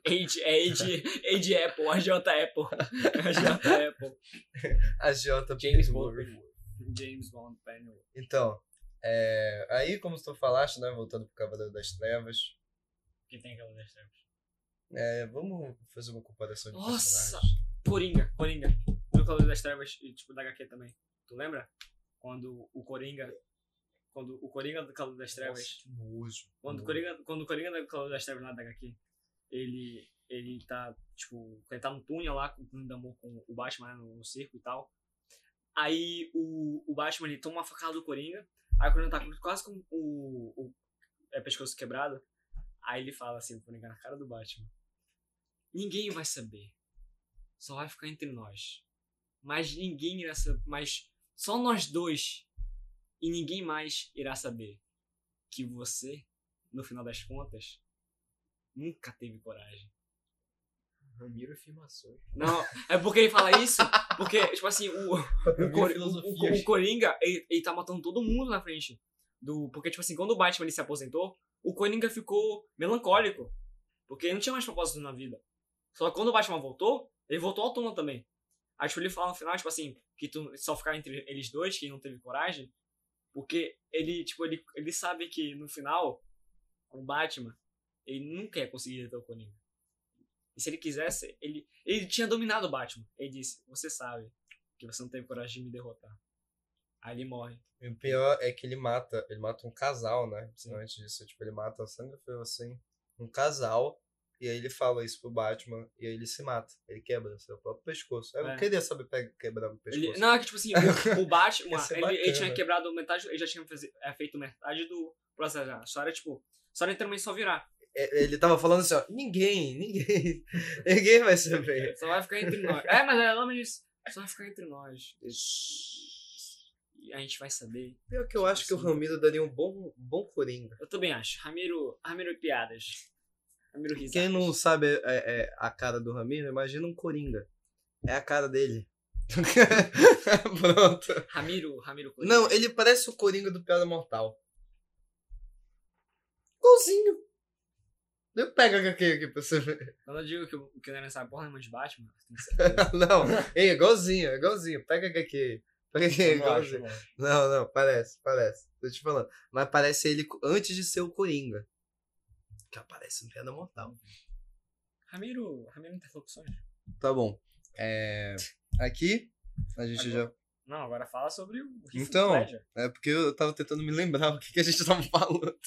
Speaker 2: Age, é Age, Age Apple, a J Apple. A J Apple.
Speaker 1: Agiota.
Speaker 3: James
Speaker 1: Pennywise.
Speaker 3: Bond. vem o ovo.
Speaker 2: James Bond Pennyworth.
Speaker 1: Então, é, aí como tu falaste, né, voltando pro Cavaleiro das Trevas,
Speaker 2: Que tem aquela das trevas.
Speaker 1: é, vamos fazer uma comparação de
Speaker 2: Nossa!
Speaker 1: personagens.
Speaker 2: Coringa, Coringa. Do Cavaleiro das Trevas e tipo da HQ também. Tu lembra? Quando o Coringa. Quando o Coringa do Cavaleiro das Trevas.
Speaker 1: Nossa, que nojo.
Speaker 2: Quando o Coringa, quando o Coringa da Cavaleiro das Trevas lá da HQ, ele, ele tá, tipo, ele tá no túnel lá, com o túnel do amor com o Batman né, no, no circo e tal. Aí o, o Batman, ele toma uma facada do Coringa, aí o Coringa tá com- quase com o, o é, pescoço quebrado. Aí ele fala assim, o Coringa na cara do Batman. Ninguém vai saber. Só vai ficar entre nós. Mas ninguém irá saber. Mas só nós dois. E ninguém mais irá saber que você, no final das contas, nunca teve coragem.
Speaker 3: Ramiro Afirmações.
Speaker 2: Não, é porque ele fala isso, porque, tipo assim, o, o, Cor- o- o Coringa, ele, ele tá matando todo mundo na frente. Do, porque, tipo assim, quando o Batman ele se aposentou, o Coringa ficou melancólico. Porque ele não tinha mais propósito na vida. Só que quando o Batman voltou, ele voltou ao túmulo também. Aí, tipo, ele fala no final, tipo assim, que tu só ficar entre eles dois, que não teve coragem. Porque ele, tipo, ele, ele sabe que no final, o Batman, Ele não quer conseguir derrotar o Coringa. E se ele quisesse, ele, ele tinha dominado o Batman. Ele disse: Você sabe que você não teve coragem de me derrotar. Aí ele morre.
Speaker 1: E o pior é que ele mata, ele mata um casal, né?
Speaker 2: Sim.
Speaker 1: Antes disso, tipo, ele mata a Sandra Feu assim, um casal, e aí ele fala isso pro Batman, e aí ele se mata. Ele quebra seu próprio pescoço. Eu
Speaker 2: É.
Speaker 1: queria saber pe- quebrar o pescoço.
Speaker 2: Ele, não, é que tipo assim, o, o Batman,
Speaker 1: Ia ser
Speaker 2: ele, ele tinha
Speaker 1: é bacana.
Speaker 2: quebrado metade, ele já tinha fez- é, feito metade do processo. já. Só era tipo, só era literalmente só virar.
Speaker 1: É, Ele tava falando assim, ó, ninguém, ninguém, ninguém vai saber.
Speaker 2: Só vai ficar entre nós. É, mas ela me disse, só vai ficar entre nós. E a gente vai saber.
Speaker 1: Pior que eu acho que o Ramiro daria um bom, bom coringa.
Speaker 2: Eu também acho. Ramiro, Ramiro e piadas. Ramiro risadas.
Speaker 1: Quem não sabe é, é, a cara do Ramiro, imagina um coringa. É a cara dele. Pronto.
Speaker 2: Ramiro, Ramiro Coringa.
Speaker 1: Não, ele parece o Coringa do Piada Mortal. Golzinho. Eu pego aqui, aqui pra você ver.
Speaker 2: Quando eu digo que o que o Neren sabe porra nenhuma de Batman, tem que ser.
Speaker 1: Não, ei, é igualzinho, é igualzinho. Pega aqui. Pega aqui, é
Speaker 3: Eu não acho,
Speaker 1: igualzinho.
Speaker 3: não.
Speaker 1: Não, não, parece, parece. Tô te falando. Mas parece ele co- antes de ser o Coringa. Que aparece no Piada Mortal.
Speaker 2: Ramiro, Ramiro Interlocuções.
Speaker 1: Tá bom. É, Aqui, a gente
Speaker 2: Agora-
Speaker 1: já.
Speaker 2: Não, agora fala sobre o Heath
Speaker 1: Então.
Speaker 2: Ledger.
Speaker 1: É porque eu tava tentando me lembrar o que, que a gente tava falando.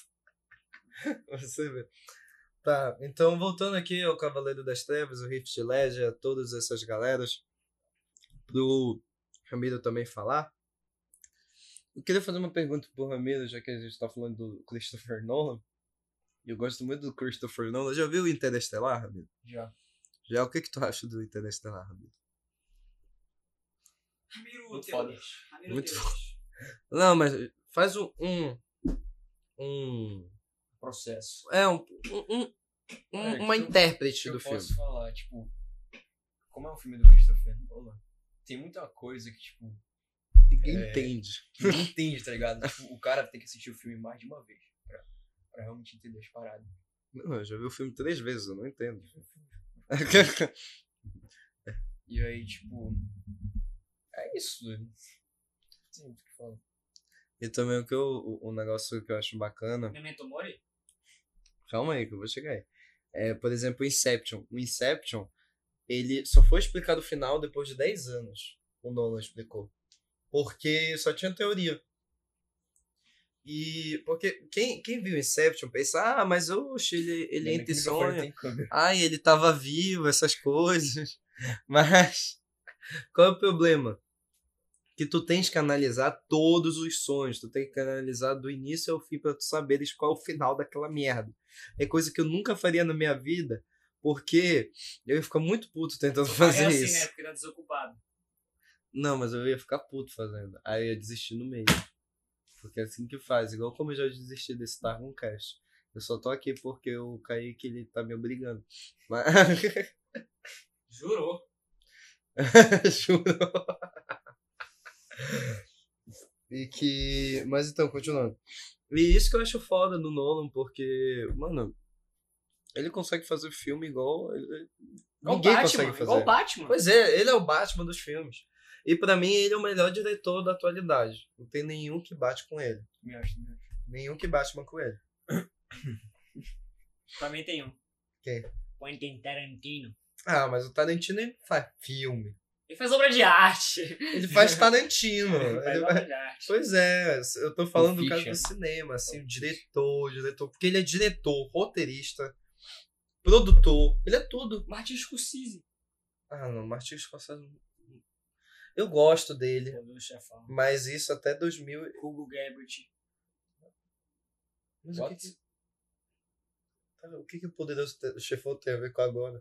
Speaker 1: Você vê. Tá, então voltando aqui ao Cavaleiro das Trevas, o Rift Ledger, todas essas galeras, pro Ramiro também falar. Eu queria fazer uma pergunta pro Ramiro, já que a gente tá falando do Christopher Nolan. E eu gosto muito do Christopher Nolan. Já viu o Interestelar, Ramiro?
Speaker 3: Já.
Speaker 1: Já, o que que tu acha do Interestelar, Ramiro?
Speaker 2: Ramiro
Speaker 3: Muito
Speaker 2: Teorias. Ramiro
Speaker 1: Muito
Speaker 2: Teorias.
Speaker 1: Não, mas faz um... um, um
Speaker 3: Processo.
Speaker 1: é um, um- um- um-
Speaker 3: É,
Speaker 1: uma
Speaker 3: então,
Speaker 1: intérprete
Speaker 3: Eu
Speaker 1: do filme.
Speaker 3: posso falar, tipo, como é um filme do Christopher Nolan, tem muita coisa que, tipo,
Speaker 1: Ninguém
Speaker 3: É.
Speaker 1: entende.
Speaker 3: que não entende, tá ligado? Tipo, o cara tem que assistir o filme mais de uma vez pra, pra realmente entender as paradas.
Speaker 1: Não, eu já vi o filme três vezes, eu não entendo.
Speaker 3: E aí, tipo, é isso, doido. Tem muito o que falar.
Speaker 1: e também o que eu, o, um negócio que eu acho bacana.
Speaker 2: Memento Mori?
Speaker 1: Calma aí, que eu vou chegar aí. É, por exemplo, o Inception. O Inception, ele só foi explicado o final depois de 10 anos. O Nolan explicou. Porque só tinha teoria. E porque quem, quem viu Inception pensa, ah, mas oxe, ele, é ele
Speaker 3: Nem
Speaker 1: entra e
Speaker 3: que o microfone
Speaker 1: sonha.
Speaker 3: tem câmera.
Speaker 1: Ai, ele tava vivo, essas coisas. Mas qual é o problema? Que tu tens que analisar todos os sonhos, tu tem que analisar do início ao fim pra tu saberes qual é o final daquela merda. É coisa que eu nunca faria na minha vida, porque eu ia ficar muito puto tentando fazer
Speaker 2: é assim,
Speaker 1: isso.
Speaker 2: né? Porque tá desocupado.
Speaker 1: Não, mas eu ia ficar puto fazendo. Aí eu ia desistir no meio. Porque é assim que faz. Igual como eu já desisti desse Targon Cast. Eu só tô aqui porque o Kaique ele tá me obrigando. Mas.
Speaker 2: Jurou.
Speaker 1: Juro. E que. Mas então, continuando. E isso que eu acho foda do Nolan, porque, mano, ele consegue fazer filme igual. ele-
Speaker 2: Igual
Speaker 1: Ninguém
Speaker 2: Batman,
Speaker 1: consegue fazer.
Speaker 2: Igual o Batman.
Speaker 1: Pois é, ele é o Batman dos filmes. E pra mim, ele é o melhor diretor da atualidade. Não tem nenhum que bate com ele.
Speaker 3: Me acho, me acho.
Speaker 1: Nenhum que Batman com ele.
Speaker 2: Pra mim tem um.
Speaker 1: Quem?
Speaker 2: Quentin Tarantino.
Speaker 1: Ah, mas o Tarantino ele faz filme.
Speaker 2: Ele faz obra de arte.
Speaker 1: Ele faz Tarantino.
Speaker 2: Ele faz
Speaker 1: ele vai-
Speaker 2: obra de arte.
Speaker 1: Pois é, eu tô falando do caso do
Speaker 3: Fiction.
Speaker 1: cinema, assim, o diretor, o diretor, porque ele é diretor, roteirista, produtor, ele é tudo.
Speaker 2: Martin Scorsese.
Speaker 1: Ah, não, Martins Scorsese. não- Eu gosto dele,
Speaker 2: Pô, meu chefão.
Speaker 1: mas isso até 2000. e-
Speaker 2: Hugo Gebert.
Speaker 1: Mas o que
Speaker 3: What?
Speaker 1: que, Tá, o que que o poderoso Te- chefão tem a ver com agora?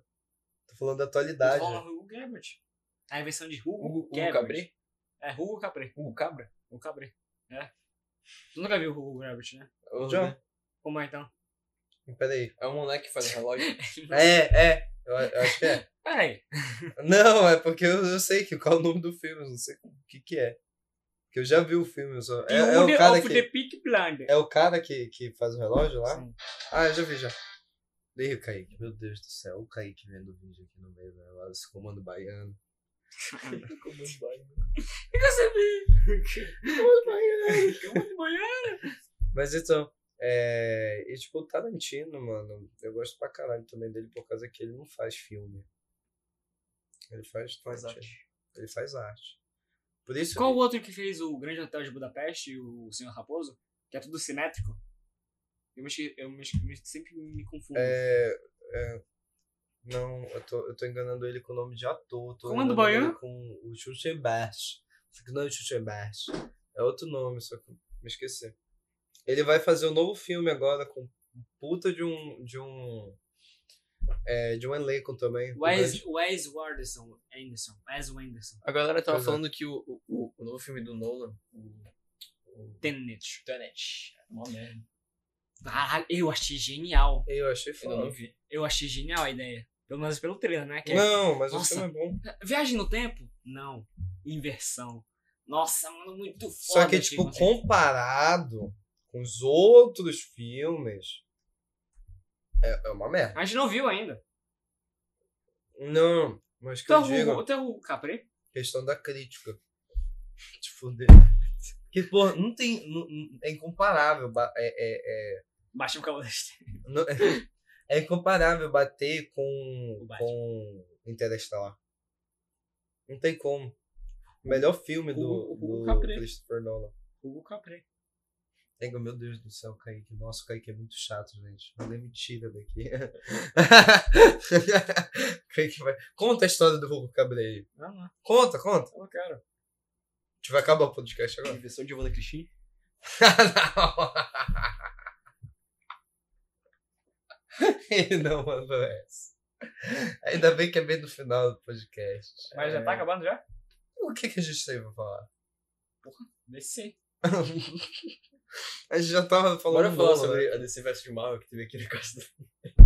Speaker 1: Tô falando da
Speaker 2: Eles
Speaker 1: atualidade.
Speaker 2: falam Hugo Gebert. A invenção de Hugo,
Speaker 3: Hugo- Hugo
Speaker 2: Gebert.
Speaker 3: Cabré?
Speaker 2: É, Hugo Cabré.
Speaker 3: O cabra?
Speaker 2: Hugo Cabré. É. Tu nunca viu o Hugo Gebert, né?
Speaker 3: Ô,
Speaker 1: John,
Speaker 2: Como é então?
Speaker 1: Hum, peraí.
Speaker 3: É um moleque que faz relógio.
Speaker 1: É, é, eu, eu acho que é.
Speaker 2: Peraí.
Speaker 1: Não, é porque eu, eu sei que, qual é o nome do filme, eu não sei o que que é. Que eu já vi o filme, eu só- é, é o
Speaker 2: The
Speaker 1: cara
Speaker 2: of
Speaker 1: que...
Speaker 2: the Peak Blinder.
Speaker 1: É o cara que, que faz o relógio lá?
Speaker 2: Sim.
Speaker 1: Ah, eu já vi já. Dei o Kaique, meu Deus do céu, o Kaique vendo vídeo aqui no meio, né? Lá desse comando baiano. né?
Speaker 2: Eu quero saber.
Speaker 1: Mas então, É, e tipo, o Tarantino, mano, eu gosto pra caralho também dele por causa que ele não faz filme. Ele faz,
Speaker 3: Faz
Speaker 1: Tarantino.
Speaker 3: arte.
Speaker 1: Ele faz arte. Por isso.
Speaker 2: Qual o outro que fez o Grande Hotel de Budapeste e o Senhor Raposo? Que é tudo simétrico? Eu, me, esque- eu me esque- me- sempre me confundo.
Speaker 1: É, é, não, eu tô, eu tô enganando ele com o nome de ator. Tô
Speaker 2: Comando
Speaker 1: enganando
Speaker 2: Baiano?
Speaker 1: ele Com o Schuschenbach. Só que não é o Schuschenbach. É outro nome, só que me esqueci. Ele vai fazer um novo filme agora com um puta de um. de um. É, de um elenco também. o
Speaker 2: Wes,
Speaker 1: grande-
Speaker 2: Wes Warderson, Anderson. Wes Anderson.
Speaker 3: A galera tava
Speaker 1: Pois é.
Speaker 3: falando que o, o- o, o novo filme do Nolan, o, o
Speaker 2: Tenet.
Speaker 3: Tenet, é uma merda.
Speaker 2: Caralho, eu achei genial.
Speaker 1: Eu achei
Speaker 2: é
Speaker 3: Ainda não
Speaker 1: foda.
Speaker 3: vi.
Speaker 2: Eu achei genial a ideia. Pelo menos pelo trailer, né? Que é-
Speaker 1: Não, mas
Speaker 2: Nossa.
Speaker 1: o filme é bom.
Speaker 2: Viagem no tempo? Não. Inversão. Nossa, mano, muito foda.
Speaker 1: Só que,
Speaker 2: achei
Speaker 1: tipo,
Speaker 2: muito-
Speaker 1: comparado com os outros filmes. É, é uma merda.
Speaker 2: A gente não viu ainda.
Speaker 1: Não, mas que
Speaker 2: Tu é
Speaker 1: eu digo.
Speaker 2: o- tu é o Capri?
Speaker 1: Questão da crítica. Te fuder. Que, pô, não tem. não- não- é incomparável. ba- É, é,
Speaker 2: Baixa o Calvestre.
Speaker 1: é, não- é incomparável bater com.
Speaker 2: O Batman.
Speaker 1: com. Interestelar. Não tem como. O melhor filme
Speaker 2: O-
Speaker 1: do,
Speaker 2: o- o
Speaker 1: do
Speaker 2: Capri.
Speaker 1: Christopher Nolan.
Speaker 2: Hugo Capri.
Speaker 1: É, que, meu Deus do céu, Kaique. Nossa, o Kaique é muito chato, gente. Não me tira daqui. Kaique vai... Conta a história do Hugo Cabré aí.
Speaker 2: Não, não.
Speaker 1: Conta, conta.
Speaker 2: Eu não quero.
Speaker 1: A gente vai acabar o podcast agora.
Speaker 3: Invenção de Giovanna Cristina.
Speaker 1: Não. Ele não mandou essa. Ainda bem que é bem no final do podcast.
Speaker 2: Mas já tá acabando já?
Speaker 1: O que, que a gente tem pra falar?
Speaker 2: Desci.
Speaker 1: A gente já tava falando. né?
Speaker 3: Bora falar
Speaker 1: do-
Speaker 3: sobre a DC vs Marvel que teve aqui no caso do...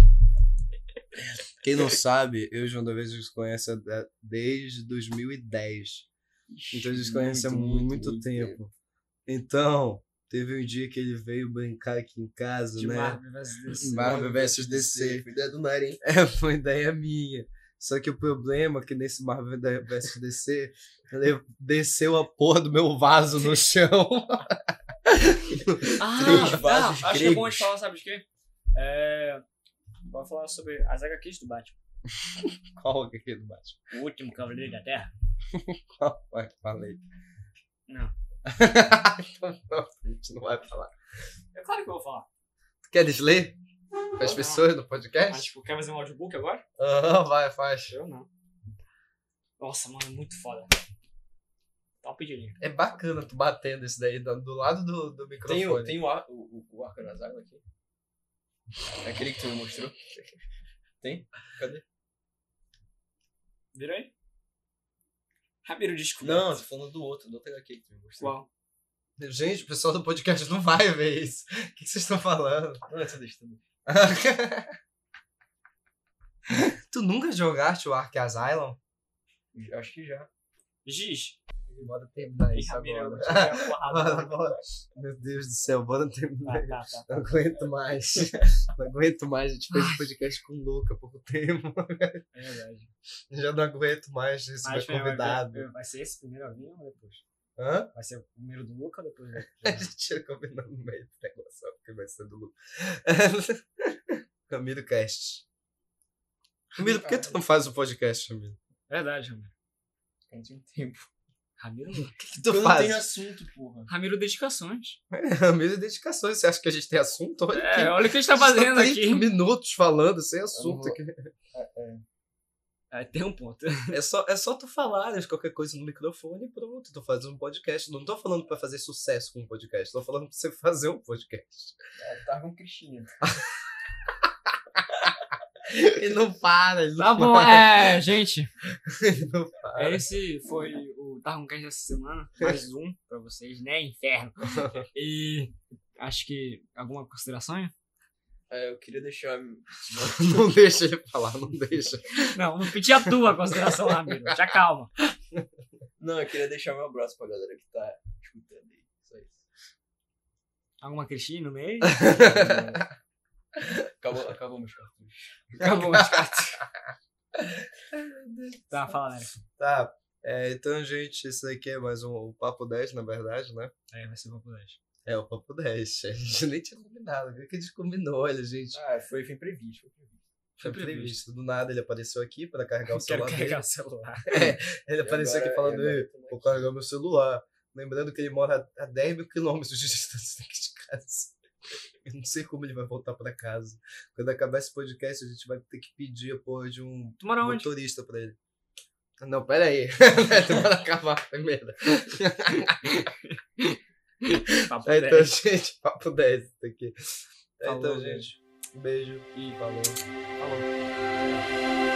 Speaker 1: Quem não sabe, eu e o João da Vez nos conhece da- desde 2010. Então a gente conhece há muito, tempo. Então, teve um dia que ele veio brincar aqui em casa,
Speaker 2: De
Speaker 1: né?
Speaker 2: Marvel vs DC.
Speaker 1: Marvel versus DC.
Speaker 3: Foi ideia do Nari, hein?
Speaker 1: É, foi ideia minha. Só que o problema é que nesse Marvel vs DC, ele desceu a porra do meu vaso no chão.
Speaker 2: Ah,
Speaker 1: Três
Speaker 2: tá.
Speaker 3: vasos
Speaker 2: acho que é bom a
Speaker 3: gregos.
Speaker 2: gente falar, sabe de quê? É... Vamos falar sobre as HQs do Batman.
Speaker 1: Qual que é aquele baixo?
Speaker 2: O último Cavaleiro da Terra.
Speaker 1: Qual vai falei?
Speaker 2: Não.
Speaker 1: Então, não, a gente não vai falar.
Speaker 2: É claro que eu vou falar.
Speaker 1: Tu Queres ler? As
Speaker 2: Não.
Speaker 1: pessoas no
Speaker 2: Mas,
Speaker 1: podcast?
Speaker 2: tipo, quer fazer um audiobook agora?
Speaker 1: Aham, vai, faz.
Speaker 2: Eu não. Nossa, mano, é muito foda. Top de linha.
Speaker 1: É bacana tu batendo isso daí do do lado do, do
Speaker 3: Tem, o,
Speaker 1: microfone.
Speaker 3: tem o, ar, o, o- o arco nas águas aqui? É Aquele que tu me mostrou? Tem? Cadê?
Speaker 2: Viram aí? Rabeiro descobriu.
Speaker 3: Não, tô falando do outro, do outro HQ que tu me mostrou.
Speaker 2: Qual?
Speaker 1: Gente, o pessoal do podcast não vai ver isso. O que que vocês estão falando?
Speaker 3: Não, essa deixa também.
Speaker 1: tu nunca jogaste o Ark Asylum?
Speaker 3: Eu Acho que já.
Speaker 2: Giz.
Speaker 1: Bora terminar
Speaker 2: Ih,
Speaker 1: É isso
Speaker 2: Rabeiro, eu vou
Speaker 1: agora.
Speaker 2: te dar uma porrada.
Speaker 1: Bora, bora. Meu Deus do céu, bora terminar.
Speaker 2: Tá, tá, tá.
Speaker 1: Não aguento mais. Não aguento mais. A gente fez um podcast com o Luca há pouco tempo.
Speaker 2: É verdade.
Speaker 1: Já não aguento mais
Speaker 2: Mas
Speaker 1: receber
Speaker 2: vai- vai-
Speaker 1: convidado.
Speaker 2: Vai, vai ser esse primeiro avião ou depois?
Speaker 1: Hã?
Speaker 2: Vai ser o primeiro do Luca É ou depois?
Speaker 1: A gente ia combinar no meio do negócio, só porque vai ser do Luca. Camilo Cast. Camilo, por que tu não faz o podcast, Camilo?
Speaker 2: verdade, Ramiro.
Speaker 3: Não tinha tempo.
Speaker 2: Ramiro?
Speaker 1: O que, que tu
Speaker 3: Eu não
Speaker 1: faz?
Speaker 3: tenho assunto, porra.
Speaker 2: Ramiro Dedicações.
Speaker 1: Camilo e dedicações. Você acha que a gente tem assunto? Olha aqui.
Speaker 2: É, olha o que a gente tá fazendo
Speaker 1: Só 30
Speaker 2: aqui.
Speaker 1: minutos falando sem assunto.
Speaker 3: vou-
Speaker 1: aqui.
Speaker 2: É, tem um ponto.
Speaker 1: É só, é só tu falares qualquer coisa no microfone e pronto. Tu faz um podcast. Não tô falando pra fazer sucesso com um podcast. Tô falando pra você fazer um podcast.
Speaker 3: Ah, Tá com Cristina.
Speaker 1: Ele não para. Ele
Speaker 2: Tá
Speaker 1: não
Speaker 2: bom,
Speaker 1: para.
Speaker 2: é, gente.
Speaker 1: Ele não para.
Speaker 2: Esse foi o Targoncast dessa semana. Mais um pra vocês, né? Inferno. E acho que alguma consideração?
Speaker 3: É, eu queria deixar.
Speaker 1: Não deixa ele falar. Não deixa.
Speaker 2: Não, não pedi a tua consideração, amigo. Já calma.
Speaker 3: Não, eu queria deixar meu abraço pra galera que tá escutando aí. Só isso.
Speaker 2: Alguma Cristina no meio?
Speaker 3: Acabou, acabou meus cartuchos.
Speaker 1: É um
Speaker 2: Acabou as cartas. Tá, fala, Léo.
Speaker 1: Tá. É, então, gente, isso aqui é mais um, um Papo 10, na verdade, né?
Speaker 2: Aí vai ser o papo 10.
Speaker 1: É, o papo 10, gente. A gente nem tinha combinado. O que que a gente combinou? Olha, gente.
Speaker 3: Ah, foi, foi imprevisto. Foi imprevisto.
Speaker 1: Foi
Speaker 2: foi
Speaker 1: previsto. Do nada ele apareceu aqui pra carregar o
Speaker 2: Quero
Speaker 1: celular
Speaker 2: carregar o celular.
Speaker 1: dele. Ele
Speaker 3: E
Speaker 1: apareceu
Speaker 3: agora-
Speaker 1: aqui falando,
Speaker 3: e agora
Speaker 1: "Ei,
Speaker 3: eu tô
Speaker 1: vou
Speaker 3: aqui.
Speaker 1: carregar meu celular. Lembrando que ele mora a 10 mil quilômetros de distância daqui de casa. Eu não sei como ele vai voltar pra casa. Quando acabar esse podcast, a gente vai ter que pedir a porra de um
Speaker 2: Tu mora onde?
Speaker 1: motorista pra ele. Não, pera aí. Bora acabar primeiro.
Speaker 2: Papo
Speaker 1: É,
Speaker 2: 10.
Speaker 1: então, gente, papo 10 isso aqui. É,
Speaker 2: Falou,
Speaker 1: então, gente, beijo e falou. Falou.